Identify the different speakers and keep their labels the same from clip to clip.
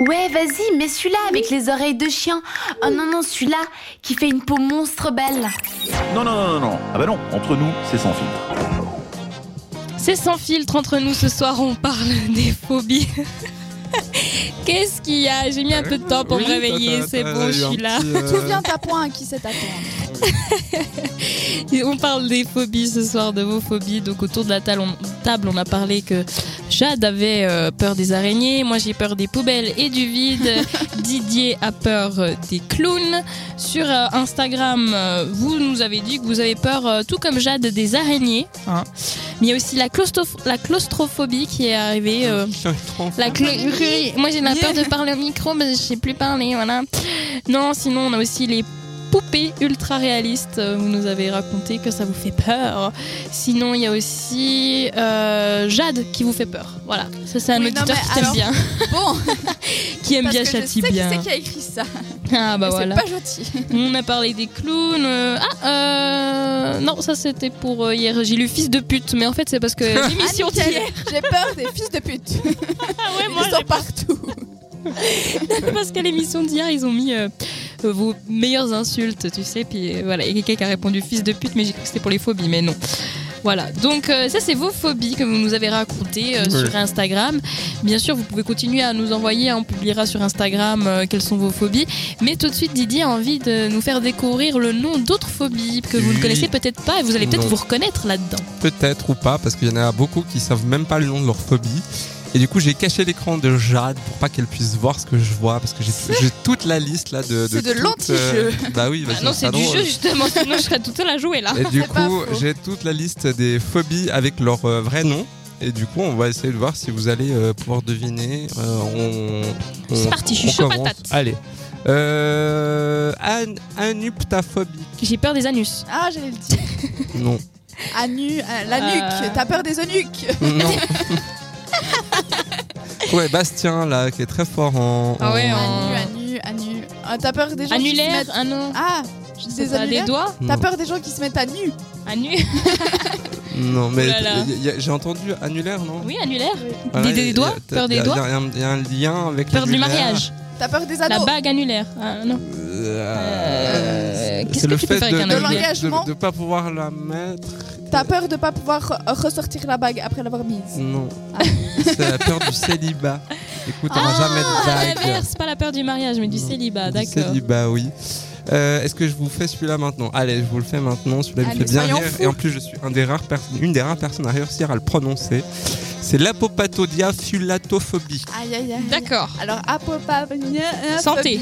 Speaker 1: Ouais, vas-y, mets celui-là avec les oreilles de chien. Oh non, non, celui-là qui fait une peau monstre belle.
Speaker 2: Non, non, non, non, non. Ah bah non, entre nous, c'est sans filtre.
Speaker 3: C'est sans filtre entre nous ce soir, on parle des phobies. Qu'est-ce qu'il y a J'ai mis un peu de temps pour
Speaker 4: Oui,
Speaker 3: me réveiller,
Speaker 4: t'as-
Speaker 3: c'est
Speaker 4: t'as-
Speaker 3: bon,
Speaker 4: t'as
Speaker 3: je
Speaker 4: eu un
Speaker 3: suis là.
Speaker 4: petit, euh,
Speaker 5: Souviens ta point à qui c'est à toi.
Speaker 3: Et On parle des phobies ce soir, de vos phobies. Donc autour de la table, on, table, on a parlé que Jade avait euh, peur des araignées, moi j'ai peur des poubelles et du vide, Didier a peur euh, des clowns. Sur euh, Instagram, euh, vous nous avez dit que vous avez peur, euh, tout comme Jade, des araignées. hein. Mais il y a aussi la, claustroph- la claustrophobie qui est arrivée. euh,
Speaker 4: chien étrange.
Speaker 3: la clo- Moi j'ai la peur de parler au micro, mais je sais plus parler, voilà. Non, sinon on a aussi les poupées ultra réalistes. Euh, Vous nous avez raconté que ça vous fait peur. Sinon il y a aussi euh, Jade qui vous fait peur. Voilà, ça c'est un
Speaker 5: Oui, non,
Speaker 3: auditeur
Speaker 5: mais
Speaker 3: qui t'aime
Speaker 5: alors-
Speaker 3: bien,
Speaker 5: Bon,
Speaker 3: qui aime
Speaker 5: parce
Speaker 3: bien
Speaker 5: que je sais
Speaker 3: châtie
Speaker 5: qui
Speaker 3: bien.
Speaker 5: c'est qui a écrit ça.
Speaker 3: Ah bah
Speaker 5: Et
Speaker 3: voilà.
Speaker 5: C'est pas gentil.
Speaker 3: On a parlé des clowns. euh, Ah euh, non, ça c'était pour euh, hier. J'ai lu fils de pute, mais en fait c'est parce que l'émission
Speaker 5: Ah, nickel.
Speaker 3: d'hier.
Speaker 5: J'ai peur des fils de pute.
Speaker 3: Ah ouais, moi,
Speaker 5: Ils sont partout.
Speaker 3: Parce qu'à l'émission d'hier, ils ont mis euh, euh, vos meilleures insultes, tu sais. Puis euh, voilà, il y a quelqu'un qui a répondu fils de pute, mais j'ai cru que c'était pour les phobies, mais non. Voilà, donc euh, ça c'est vos phobies que vous nous avez racontées euh,
Speaker 4: Ouais.
Speaker 3: sur Instagram. Bien sûr, vous pouvez continuer à nous envoyer, hein, on publiera sur Instagram euh, quelles sont vos phobies. Mais tout de suite, Didier a envie de nous faire découvrir le nom d'autres phobies que vous ne
Speaker 4: Oui.
Speaker 3: connaissez peut-être pas et vous allez peut-être
Speaker 4: Non.
Speaker 3: vous reconnaître là-dedans.
Speaker 4: Peut-être ou pas, parce qu'il y en a beaucoup qui savent même pas le nom de leur phobie. Et du coup, j'ai caché l'écran de Jade pour pas qu'elle puisse voir ce que je vois, parce que j'ai j'ai toute la liste là de.
Speaker 5: C'est de
Speaker 4: toutes,
Speaker 5: l'anti-jeu.
Speaker 4: euh, Bah oui, bah,
Speaker 3: Ah
Speaker 4: sinon,
Speaker 3: non, c'est du
Speaker 4: drôle.
Speaker 3: jeu justement, sinon je serais toute seule à jouer là.
Speaker 4: Et du
Speaker 5: C'est pas
Speaker 4: coup,
Speaker 5: faux.
Speaker 4: j'ai toute la liste des phobies avec leur euh, vrai nom. Et du coup, on va essayer de voir si vous allez euh, pouvoir deviner. Euh, on, on-
Speaker 3: C'est parti, je suis
Speaker 4: on
Speaker 3: chaud
Speaker 4: commence.
Speaker 3: patate.
Speaker 4: Allez. Euh, an- anuptaphobie.
Speaker 3: J'ai peur des anus.
Speaker 5: Ah, j'allais le dire.
Speaker 4: Non.
Speaker 5: À nu, à la
Speaker 3: Euh.
Speaker 5: nuque. T'as peur des eunuques.
Speaker 4: non. ouais, Bastien, là, qui est très fort en.
Speaker 3: Ah ouais,
Speaker 4: en-
Speaker 3: en-
Speaker 5: À nu, à nu, à nu. Ah, T'as peur des gens qui se
Speaker 3: Annulaire,
Speaker 5: mettent.
Speaker 3: ah non.
Speaker 5: Ah,
Speaker 3: C'est
Speaker 5: des
Speaker 3: pas des
Speaker 5: annulaires.
Speaker 3: doigts
Speaker 4: Non.
Speaker 5: T'as peur des gens qui se mettent à nu.
Speaker 3: Annulaire
Speaker 4: Non, mais
Speaker 3: Oh là là.
Speaker 4: y- y- y a- j'ai entendu annulaire, non
Speaker 3: Oui, annulaire.
Speaker 4: Voilà,
Speaker 3: des, des
Speaker 4: y a-
Speaker 3: doigts
Speaker 4: y a-
Speaker 3: Peur
Speaker 4: y
Speaker 3: des
Speaker 4: a-
Speaker 3: doigts
Speaker 4: y a un- y a un lien avec.
Speaker 3: Peur du
Speaker 4: l'annulaire.
Speaker 3: mariage
Speaker 5: T'as peur des
Speaker 3: La
Speaker 5: anneaux.
Speaker 3: bague annulaire Ah non. Euh, qu'est-ce que
Speaker 4: C'est le
Speaker 3: tu peux
Speaker 4: fait
Speaker 3: faire avec
Speaker 4: de-
Speaker 3: un
Speaker 4: de-
Speaker 3: annulaire
Speaker 5: l'engagement.
Speaker 4: De ne pas pouvoir la mettre.
Speaker 5: T'as peur de pas pouvoir euh, ressortir la bague après l'avoir
Speaker 3: Mm.
Speaker 5: mise.
Speaker 4: Non. C'est la peur du célibat. Écoute, on n'a jamais
Speaker 3: Ah,
Speaker 4: de bague.
Speaker 3: l'inverse, pas la peur du mariage, mais du
Speaker 4: Non,
Speaker 5: Ah,
Speaker 3: célibat,
Speaker 4: Du
Speaker 3: d'accord.
Speaker 4: Célibat, oui. Euh, Est-ce que je vous fais celui-là maintenant Allez, je vous le fais maintenant. Celui-là il me
Speaker 5: Allez,
Speaker 4: fait bien
Speaker 5: soyons
Speaker 4: rire.
Speaker 5: fous.
Speaker 4: Et en plus, je suis un des rares personnes- une des rares personnes à réussir à le prononcer. C'est l'apopatodia fulatophobie.
Speaker 5: Aïe, aïe, aïe.
Speaker 3: D'accord.
Speaker 5: Alors, apopavnia.
Speaker 3: Santé.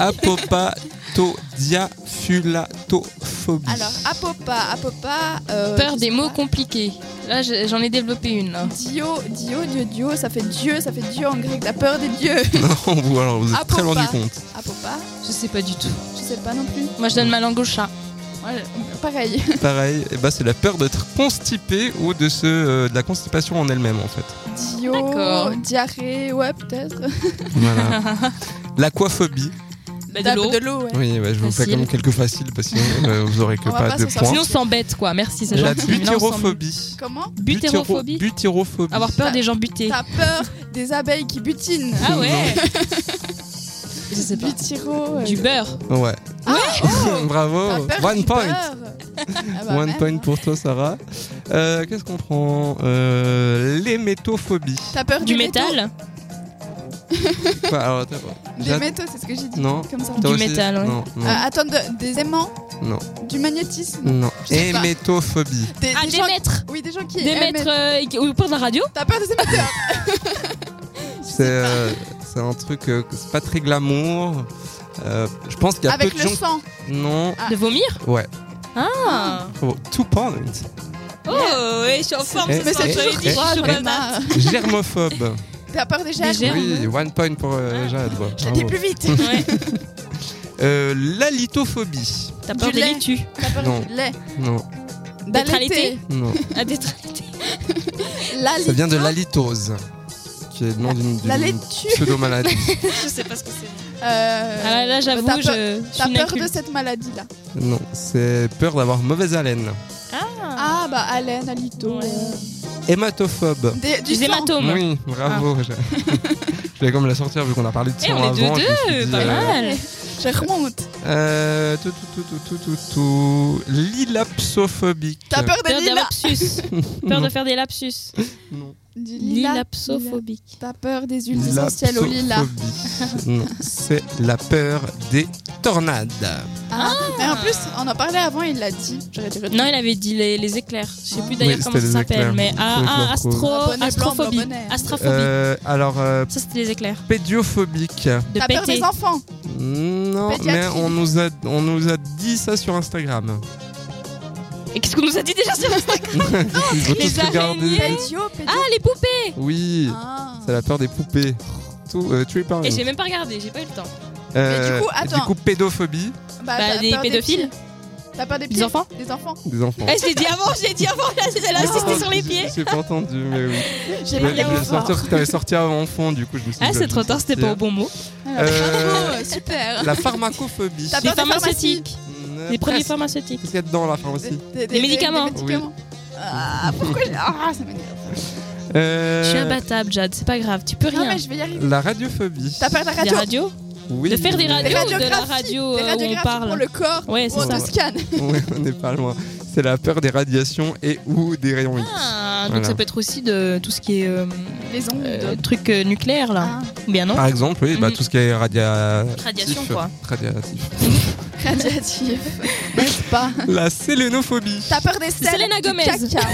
Speaker 5: Euh,
Speaker 4: Apopatodiafulatophobie.
Speaker 5: Alors, apopa, apopa. euh,
Speaker 3: Peur
Speaker 5: je
Speaker 3: des
Speaker 5: sais
Speaker 3: mots
Speaker 5: pas.
Speaker 3: compliqués. Là, je- j'en ai développé une. là.
Speaker 5: Dio, dio, dio, dio, ça fait Dieu, ça fait Dieu en grec, t'as peur des dieux.
Speaker 4: Non, vous, alors, vous êtes
Speaker 5: Apopa.
Speaker 4: très loin du compte.
Speaker 5: Apopa,
Speaker 3: Je sais pas du tout.
Speaker 5: je sais pas non plus.
Speaker 3: Moi, je donne ma langue au chat.
Speaker 5: Ouais, pareil.
Speaker 4: Pareil, eh ben, c'est la peur d'être constipé ou de, se, euh, de la constipation en elle-même, en fait.
Speaker 5: Dio,
Speaker 3: D'accord.
Speaker 5: diarrhée, ouais, peut-être.
Speaker 4: Voilà. L'aquaphobie.
Speaker 3: Bah,
Speaker 5: Tape
Speaker 3: de l'eau.
Speaker 5: de l'eau, ouais.
Speaker 4: Oui, ouais, je vous fais
Speaker 3: Facile.
Speaker 4: comme quelques faciles parce que sinon euh, vous aurez que
Speaker 5: On va
Speaker 4: pas,
Speaker 5: pas
Speaker 4: de
Speaker 5: s'en sortir.
Speaker 4: points.
Speaker 3: Sinon, s'embête, quoi. Merci, c'est
Speaker 4: La
Speaker 3: gentil. Mais là, on s'embête.
Speaker 4: butyrophobie.
Speaker 5: Comment
Speaker 3: Butérophobie.
Speaker 4: Butyro- Butyrophobie.
Speaker 3: Avoir peur des gens butés.
Speaker 5: T'as peur des abeilles qui butinent.
Speaker 3: Ah ouais Je sais pas.
Speaker 5: Butyro. euh,
Speaker 3: Du beurre.
Speaker 4: Ouais.
Speaker 5: oh T'as
Speaker 4: Ah Bravo.
Speaker 5: peur
Speaker 4: One
Speaker 5: du
Speaker 4: point.
Speaker 5: beurre. Ah bah,
Speaker 4: One
Speaker 5: merde,
Speaker 4: point
Speaker 5: hein.
Speaker 4: pour toi, Sarah. Euh, Qu'est-ce qu'on prend euh, L'hémétophobie.
Speaker 5: T'as peur
Speaker 3: Du
Speaker 5: Ah, des métaux
Speaker 3: métal
Speaker 4: Quoi, alors, attends,
Speaker 5: Des
Speaker 4: Jade,
Speaker 5: métaux, c'est ce que j'ai dit.
Speaker 4: Non.
Speaker 5: Comme ça.
Speaker 4: toi
Speaker 3: Du
Speaker 4: aussi
Speaker 3: métal, ouais.
Speaker 4: Non, non,
Speaker 5: Euh, attends, de- des aimants
Speaker 4: non. Mm.
Speaker 5: Du magnétisme
Speaker 4: non.
Speaker 5: je sais pas.
Speaker 4: Hémétophobie.
Speaker 5: Des,
Speaker 3: Ah,
Speaker 5: des
Speaker 3: des
Speaker 5: gens...
Speaker 3: maîtres
Speaker 5: Oui, des gens qui
Speaker 3: Des
Speaker 5: aiment-
Speaker 3: maîtres euh, qui- au port de la radio
Speaker 5: T'as peur des émetteurs
Speaker 4: C'est euh, c'est un truc, euh, que c'est pas très glamour. Euh, je pense qu'il y a
Speaker 5: Avec
Speaker 4: peu
Speaker 5: le
Speaker 4: de gens.
Speaker 5: sang.
Speaker 4: Non.
Speaker 3: De vomir
Speaker 4: Ouais.
Speaker 3: Ah
Speaker 4: Oh, two points.
Speaker 3: Oh, ouais, je suis en forme
Speaker 4: Eh,
Speaker 3: ce
Speaker 5: Mais
Speaker 3: soir,
Speaker 5: c'est
Speaker 4: eh,
Speaker 3: je l'ai
Speaker 4: eh,
Speaker 5: toujours
Speaker 3: dit, je
Speaker 5: du
Speaker 3: suis
Speaker 5: poids,
Speaker 4: eh,
Speaker 3: sur ma nappe.
Speaker 5: Johanna.
Speaker 4: Germophobe.
Speaker 5: T'as peur des
Speaker 3: Des
Speaker 5: germes
Speaker 3: germes.
Speaker 4: Oui, one point pour euh, Jade. ouais.
Speaker 5: J'ai
Speaker 4: Bravo.
Speaker 5: dit Ah. plus vite.
Speaker 3: Ouais,
Speaker 4: Euh, la lithophobie.
Speaker 3: t'as peur
Speaker 5: Du
Speaker 3: des
Speaker 5: lait.
Speaker 3: laitues.
Speaker 5: T'as peur
Speaker 4: Non.
Speaker 5: du lait.
Speaker 4: Non,
Speaker 3: D'être
Speaker 5: D'allaiter.
Speaker 3: allaité
Speaker 4: non.
Speaker 3: Ah, d'être allaité.
Speaker 5: La
Speaker 4: Ça vient de
Speaker 5: lito-
Speaker 4: l'halitose, qui est le nom d'une
Speaker 5: La euh,
Speaker 4: d'une
Speaker 5: laitue.
Speaker 4: pseudo-maladie.
Speaker 3: Je sais pas ce que c'est.
Speaker 5: Euh,
Speaker 3: Ah là, là j'avoue,
Speaker 5: t'as peur-
Speaker 3: je je
Speaker 5: T'as
Speaker 3: suis
Speaker 5: peur de
Speaker 3: inculte.
Speaker 5: cette maladie-là
Speaker 4: non, c'est peur d'avoir mauvaise haleine.
Speaker 5: Ah bah haleine, alito.
Speaker 3: Ouais.
Speaker 5: euh,
Speaker 4: Hématophobe.
Speaker 5: Des- du
Speaker 3: Des
Speaker 5: sang.
Speaker 3: hématomes.
Speaker 4: Oui, bravo. Je je vais comme la sortir vu qu'on a parlé de
Speaker 3: Eh,
Speaker 4: sang
Speaker 3: on est deux,
Speaker 4: avant. je me suis
Speaker 3: deux,
Speaker 4: dit,
Speaker 3: pas
Speaker 4: euh,
Speaker 3: mal.
Speaker 5: Ouais. Je remonte.
Speaker 4: euh, tout, tout, tout, tout, tout, tout, tout. Lilapsophobique.
Speaker 5: T'as peur des
Speaker 3: Peur des
Speaker 5: lilas
Speaker 3: lapsus. Peur de faire des lapsus.
Speaker 4: Non.
Speaker 5: Du lilas.
Speaker 3: Lilapsophobique.
Speaker 5: T'as peur des huiles essentielles au lilas.
Speaker 4: Lilapsophobie. Non, c'est la peur des tornades.
Speaker 5: Mais en plus, on en parlait avant, il l'a dit. J'aurais dû
Speaker 3: Non, il avait dit les, les éclairs. Je sais plus d'ailleurs
Speaker 4: Oui,
Speaker 3: comment ça
Speaker 4: c'était les
Speaker 3: s'appelle,
Speaker 4: éclairs.
Speaker 3: mais ah,
Speaker 4: Faut que je
Speaker 3: ah,
Speaker 4: le retrouve.
Speaker 3: astro,
Speaker 5: Bonnet blanc,
Speaker 3: astrophobie,
Speaker 5: bonnet.
Speaker 3: astrophobie.
Speaker 4: Euh, alors, euh,
Speaker 3: Ça c'était les éclairs.
Speaker 4: pédiophobique.
Speaker 3: De
Speaker 5: T'as peur
Speaker 3: péter.
Speaker 5: des enfants.
Speaker 4: Non, mais
Speaker 5: Pédiatrie.
Speaker 4: on nous, a, on nous a dit ça sur Instagram.
Speaker 3: Et qu'est-ce qu'on nous a dit déjà sur Instagram
Speaker 4: Ils ont
Speaker 3: les
Speaker 4: tous regardé.
Speaker 3: araignées.
Speaker 5: Pédio, pédio.
Speaker 3: Ah les poupées.
Speaker 4: Oui,
Speaker 5: Ah.
Speaker 4: c'est la peur des poupées. Tout, euh, tu es par
Speaker 3: Et j'ai même pas regardé, j'ai pas eu le temps.
Speaker 4: Euh,
Speaker 5: Mais du coup,
Speaker 4: et
Speaker 5: attends.
Speaker 4: pédophobie
Speaker 5: Bah,
Speaker 3: Bah,
Speaker 5: t'as
Speaker 3: des
Speaker 5: peur
Speaker 3: pédophiles.
Speaker 5: pieds. T'as peur des
Speaker 3: Des
Speaker 5: pieds
Speaker 3: enfants
Speaker 5: Des enfants.
Speaker 4: des enfants.
Speaker 3: Eh, je l'ai dit avant, je l'ai dit avant, là, elle a insisté sur les pieds.
Speaker 4: J'ai pas entendu, mais oui.
Speaker 5: J'ai
Speaker 4: Je
Speaker 5: pas
Speaker 4: voulais
Speaker 5: bien
Speaker 4: sortir parce que t'avais sorti avant fond, du coup, je me suis dit,
Speaker 3: Ah,
Speaker 4: je
Speaker 3: c'est
Speaker 4: vais
Speaker 3: trop
Speaker 4: le
Speaker 3: tard, c'était pas
Speaker 4: sortir.
Speaker 3: au bon mot.
Speaker 4: Euh,
Speaker 5: Oh, super.
Speaker 4: la pharmacophobie.
Speaker 5: T'as
Speaker 3: Les
Speaker 5: peur des
Speaker 3: pharmaceutiques.
Speaker 4: Euh,
Speaker 3: Les premiers
Speaker 4: presque.
Speaker 3: pharmaceutiques.
Speaker 4: Qu'est-ce qu'il y a dedans, la pharmacie
Speaker 5: Des,
Speaker 3: Des médicaments.
Speaker 5: des médicaments. Ah, pourquoi j'ai- Ah, ça m'énerve.
Speaker 4: Euh,
Speaker 3: Je suis imbattable, Jade, c'est pas grave, tu peux
Speaker 5: Non,
Speaker 3: rien.
Speaker 5: mais je vais y arriver.
Speaker 4: La radiophobie.
Speaker 5: T'as peur de la
Speaker 3: Des
Speaker 5: radio
Speaker 3: radios
Speaker 4: Oui.
Speaker 3: De faire des
Speaker 5: Des
Speaker 3: radios ou de la
Speaker 5: radiographies.
Speaker 3: radio
Speaker 5: Des
Speaker 3: euh, où on
Speaker 5: radiographies pour
Speaker 3: parle
Speaker 5: le corps.
Speaker 3: Ouais,
Speaker 5: Où
Speaker 3: c'est
Speaker 5: on
Speaker 3: ça.
Speaker 5: te scanne.
Speaker 4: Oui, on n'est pas loin. C'est la peur des radiations et ou des rayons X.
Speaker 3: Ah, donc
Speaker 4: Voilà.
Speaker 3: ça peut être aussi de tout ce qui est euh,
Speaker 5: Les ondes.
Speaker 3: euh, truc euh, nucléaire là.
Speaker 5: Ah.
Speaker 3: Ou bien non
Speaker 4: Par exemple, oui, bah,
Speaker 3: Mhm.
Speaker 4: tout ce qui est radia...
Speaker 3: Radiation, quoi.
Speaker 4: Radiatif.
Speaker 5: Radiatif. N'est-ce pas
Speaker 4: La sélénophobie.
Speaker 5: T'as peur des selles
Speaker 3: Selena
Speaker 5: du
Speaker 3: Gomez.
Speaker 5: caca.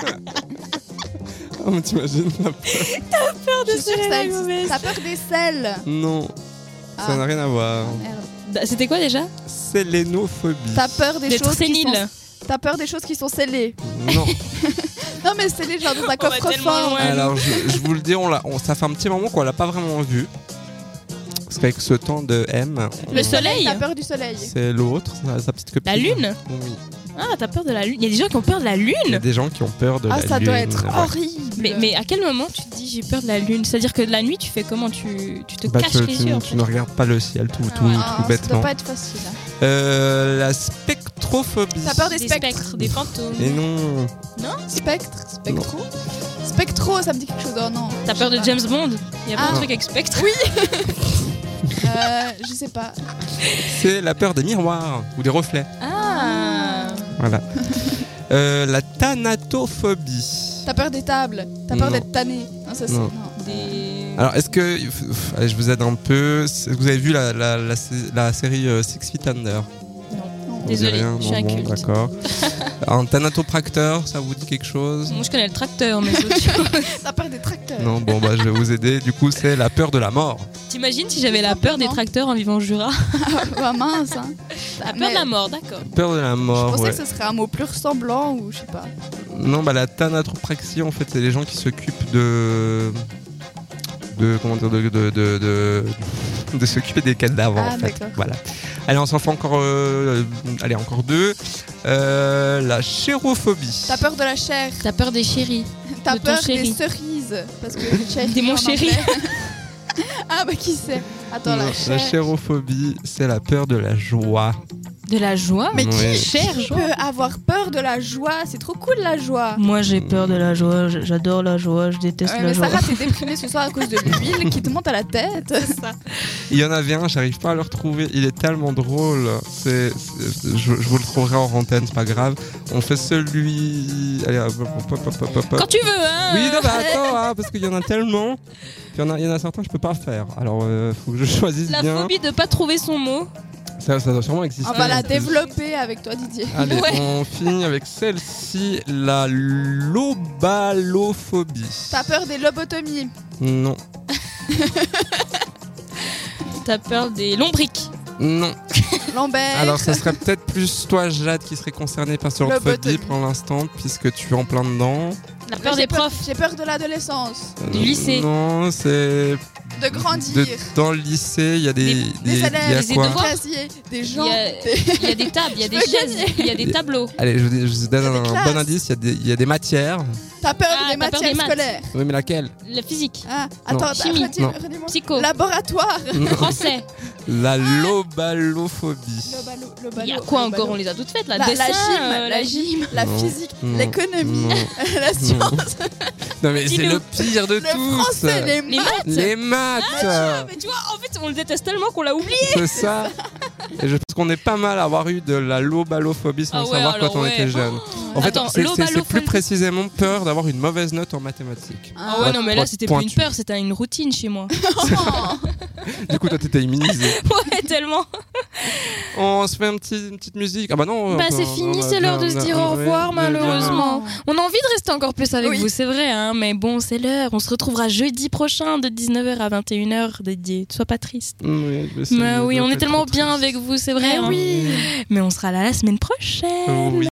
Speaker 4: Oh, mais t'imagines la-
Speaker 5: Je suis sûre que ça
Speaker 3: Selena
Speaker 5: existe.
Speaker 3: Gomez.
Speaker 5: T'as peur des selles.
Speaker 4: Non, ça
Speaker 5: Ah.
Speaker 4: n'a rien à voir.
Speaker 5: Merde.
Speaker 3: Bah, C'était quoi déjà
Speaker 4: Sélénophobie.
Speaker 5: T'as peur des
Speaker 3: D'être
Speaker 5: choses qui
Speaker 3: sénile.
Speaker 5: sont... T'as peur des choses qui sont scellées.
Speaker 4: Non.
Speaker 5: Non mais scellées genre dans un
Speaker 3: On va tellement
Speaker 5: coffre-fort.
Speaker 3: loin.
Speaker 4: Alors, je, je vous le dis, on l'a- on- ça fait un petit moment qu'on l'a pas vraiment vu. Parce qu'avec ce temps de M, on-
Speaker 3: Le soleil
Speaker 5: T'as peur du soleil.
Speaker 4: c'est l'autre, sa, sa petite copine.
Speaker 3: La lune
Speaker 4: Oui.
Speaker 3: Ah, t'as peur de la lune Il y a des gens qui ont peur de la
Speaker 4: Il y a
Speaker 3: lune
Speaker 4: des gens qui ont peur de
Speaker 5: Ah
Speaker 4: la
Speaker 5: ça doit
Speaker 4: lune.
Speaker 5: être
Speaker 4: Ouais.
Speaker 5: horrible.
Speaker 3: mais, mais à quel moment tu te dis j'ai peur de la lune C'est-à-dire que de la nuit, tu fais comment tu, tu te
Speaker 4: Bah,
Speaker 3: caches
Speaker 4: tu,
Speaker 3: les
Speaker 4: tu-
Speaker 3: yeux en
Speaker 4: tu
Speaker 3: fait.
Speaker 4: ne regardes pas le ciel tout, tout,
Speaker 5: Ah,
Speaker 4: tout
Speaker 5: ça doit
Speaker 4: bêtement.
Speaker 5: pas être facile.
Speaker 4: Euh, la spectrophobie.
Speaker 5: T'as peur des
Speaker 3: Des
Speaker 5: spectres.
Speaker 3: spectres, des fantômes.
Speaker 4: Et non.
Speaker 5: Spectre Spectro Spectro, ça me dit quelque chose. Oh non.
Speaker 3: T'as peur
Speaker 5: Je
Speaker 3: de
Speaker 5: sais
Speaker 3: James Bond Il y a pas
Speaker 5: Ah.
Speaker 3: un truc avec spectre
Speaker 5: pas. Euh, Je sais pas.
Speaker 4: C'est la peur des miroirs ou des reflets.
Speaker 3: Ah
Speaker 4: Voilà. Euh, la thanatophobie.
Speaker 5: T'as peur des tables. T'as peur
Speaker 4: Non.
Speaker 5: d'être tanné. Non, ça c'est.
Speaker 4: Non.
Speaker 5: non.
Speaker 3: Des.
Speaker 4: Alors, est-ce que. pff, allez, je vous aide un peu. C'est- Vous avez vu la, la- la sé- la série euh, Six Feet Under
Speaker 5: Non.
Speaker 4: On dit
Speaker 3: Désolée,
Speaker 4: rien,
Speaker 3: je
Speaker 4: bon,
Speaker 3: suis
Speaker 4: bon,
Speaker 3: inculte.
Speaker 4: D'accord. un thanatopracteur, ça vous dit quelque chose
Speaker 3: Moi, je connais le tracteur, mais autres choses.
Speaker 5: T'as peur des euh, tracteurs.
Speaker 4: Non, bon, bah, je vais vous aider. Du coup, c'est la peur de la mort.
Speaker 3: T'imagines si j'avais la peur des tracteurs en vivant au Jura
Speaker 5: Ah, mince. Hein.
Speaker 3: La peur
Speaker 5: Mais
Speaker 3: de la mort, d'accord.
Speaker 4: Peur de la
Speaker 5: Je
Speaker 4: mort, Ah,
Speaker 5: pensais
Speaker 4: ouais.
Speaker 5: que ce serait un mot plus ressemblant ou je sais pas.
Speaker 4: Non, bah, la thanatopraxie, en fait, c'est les gens qui s'occupent de. de. comment dire. de. de. de, de- de s'occuper des cadavres,
Speaker 5: Ah,
Speaker 4: en fait.
Speaker 5: d'accord.
Speaker 4: Voilà. Allez, on s'en fait encore. euh, allez, encore deux. Euh, la chérophobie.
Speaker 5: T'as peur de la chair.
Speaker 3: T'as peur des chéris.
Speaker 5: T'as
Speaker 3: De ton
Speaker 5: peur
Speaker 3: chéri.
Speaker 5: des cerises. Parce que chéri.
Speaker 3: Des mon
Speaker 5: en
Speaker 3: chéri.
Speaker 5: anglais. ah bah qui sait Attends,
Speaker 4: Non,
Speaker 5: la chair.
Speaker 4: chérophobie, c'est la peur de la joie.
Speaker 3: De la joie
Speaker 5: Mais
Speaker 4: Ouais.
Speaker 5: qui,
Speaker 3: Cher
Speaker 5: qui
Speaker 3: joie.
Speaker 5: peut avoir peur de la joie C'est trop cool la joie.
Speaker 3: Moi, j'ai peur de la joie. J'adore la joie. Je déteste
Speaker 5: Ouais, mais Sarah, t'es déprimée ce soir à cause de l'huile qui te monte à la tête.
Speaker 4: Il y en avait un, j'arrive pas à le retrouver. Il est tellement drôle. C'est, c'est- je, je vous le trouverai en antenne, c'est pas grave. On fait celui. Allez, hop, hop, hop, hop, hop, hop.
Speaker 3: Quand tu veux, hein
Speaker 4: Oui, non, bah attends, hein, parce qu'il y en a tellement. Puis Il y en a, il y en a certains que je peux pas faire. Alors, euh, faut que je choisisse
Speaker 3: La
Speaker 4: bien.
Speaker 3: phobie de pas trouver son mot.
Speaker 4: Ça, ça doit sûrement exister. hein,
Speaker 5: On va Ah, bah, la
Speaker 4: en plus.
Speaker 5: développer avec toi, Didier.
Speaker 4: Allez,
Speaker 3: Ouais.
Speaker 4: on finit avec celle-ci, la lobalophobie.
Speaker 5: T'as peur des lobotomies
Speaker 4: Non,
Speaker 3: T'as peur des lombriques.
Speaker 4: non.
Speaker 5: Lambert
Speaker 4: Alors, ça serait peut-être plus toi, Jade, qui serait concernée par ce genre de phobie
Speaker 5: Lobotomie.
Speaker 4: pour l'instant, puisque tu es en plein dedans.
Speaker 3: La
Speaker 5: Mais
Speaker 3: peur
Speaker 5: j'ai
Speaker 3: des profs.
Speaker 5: J'ai peur de l'adolescence,
Speaker 4: Euh,
Speaker 3: Du lycée.
Speaker 4: Non, c'est.
Speaker 5: de grandir,
Speaker 4: de- dans le lycée, il y a des.
Speaker 3: Des-
Speaker 4: il y a
Speaker 5: élèves,
Speaker 3: des
Speaker 4: quoi
Speaker 5: des
Speaker 3: devoirs.
Speaker 5: casiers, des
Speaker 3: Il
Speaker 5: gens.
Speaker 3: y, a,
Speaker 5: des-
Speaker 3: il y a des tables, il y a des
Speaker 5: veux
Speaker 3: chaises, il y a des tableaux.
Speaker 4: Allez, je vous, je vous donne
Speaker 5: Il y a
Speaker 4: un
Speaker 5: des
Speaker 4: bon
Speaker 5: classes.
Speaker 4: indice il y, a des- il y a des matières.
Speaker 5: T'as peur
Speaker 3: Ah,
Speaker 5: des
Speaker 3: t'as peur
Speaker 5: matières
Speaker 3: des maths.
Speaker 5: scolaires.
Speaker 4: Oui, mais laquelle
Speaker 3: La physique,
Speaker 5: Ah, attends,
Speaker 3: Chimie.
Speaker 5: redis-
Speaker 4: Non.
Speaker 5: redis-moi.
Speaker 3: psycho,
Speaker 5: Laboratoire.
Speaker 3: français.
Speaker 4: La lobalophobie.
Speaker 5: Lobalo-
Speaker 3: Il y a
Speaker 5: lobalo-
Speaker 3: quoi
Speaker 5: lobalo.
Speaker 3: encore On les a toutes faites là.
Speaker 5: La- la
Speaker 3: Dessin,
Speaker 5: gym,
Speaker 3: euh, la
Speaker 5: la
Speaker 3: gym.
Speaker 5: La
Speaker 4: Non.
Speaker 5: physique,
Speaker 4: Non.
Speaker 5: l'économie,
Speaker 4: Non.
Speaker 5: la science,
Speaker 4: Non, mais c'est
Speaker 3: Dis-nous.
Speaker 4: le pire de
Speaker 5: le
Speaker 4: tous.
Speaker 5: français, les
Speaker 3: Les
Speaker 5: maths.
Speaker 3: maths.
Speaker 4: Les euh, maths.
Speaker 3: Ah, Mais tu vois, en fait, on le déteste tellement qu'on l'a oublié.
Speaker 4: C'est ça. Et je pense qu'on est pas mal à avoir eu de la lobalophobie sans
Speaker 3: Ah
Speaker 4: le
Speaker 3: ouais,
Speaker 4: savoir
Speaker 3: alors
Speaker 4: quand on
Speaker 3: ouais.
Speaker 4: était jeune. En fait,
Speaker 3: Attends,
Speaker 4: c'est- c'est- c'est
Speaker 3: lobalophobie.
Speaker 4: plus précisément peur d'avoir une mauvaise note en mathématiques.
Speaker 3: Ah ouais,
Speaker 4: Ouais,
Speaker 3: non, mais là,
Speaker 4: point-
Speaker 3: c'était plus une
Speaker 4: pointu.
Speaker 3: peur, c'était une routine chez moi.
Speaker 4: Du coup, toi, t'étais immunisé.
Speaker 3: ouais, tellement.
Speaker 4: On se fait un petit, une petite musique. Ah bah non.
Speaker 3: Bah,
Speaker 4: on-
Speaker 3: c'est
Speaker 4: on-
Speaker 3: fini,
Speaker 4: on a
Speaker 3: c'est l'heure
Speaker 4: bien-
Speaker 3: de se
Speaker 4: on a-
Speaker 3: dire
Speaker 4: on a-
Speaker 3: au revoir,
Speaker 4: on a-
Speaker 3: malheureusement.
Speaker 5: Non.
Speaker 3: On a envie de rester encore plus avec
Speaker 5: Oui.
Speaker 3: vous, c'est vrai, hein, mais bon, c'est l'heure. On se retrouvera jeudi prochain de 19h à 21h dédié. Sois pas triste.
Speaker 4: Oui, je vais essayer
Speaker 3: Mais
Speaker 4: bah, de
Speaker 3: Bah oui,
Speaker 4: pas
Speaker 3: on est
Speaker 4: être
Speaker 3: tellement
Speaker 4: trop
Speaker 3: bien
Speaker 4: triste.
Speaker 3: avec vous, c'est vrai.
Speaker 5: Eh
Speaker 3: hein.
Speaker 5: oui.
Speaker 3: Mais on sera là la semaine prochaine.
Speaker 4: Oui.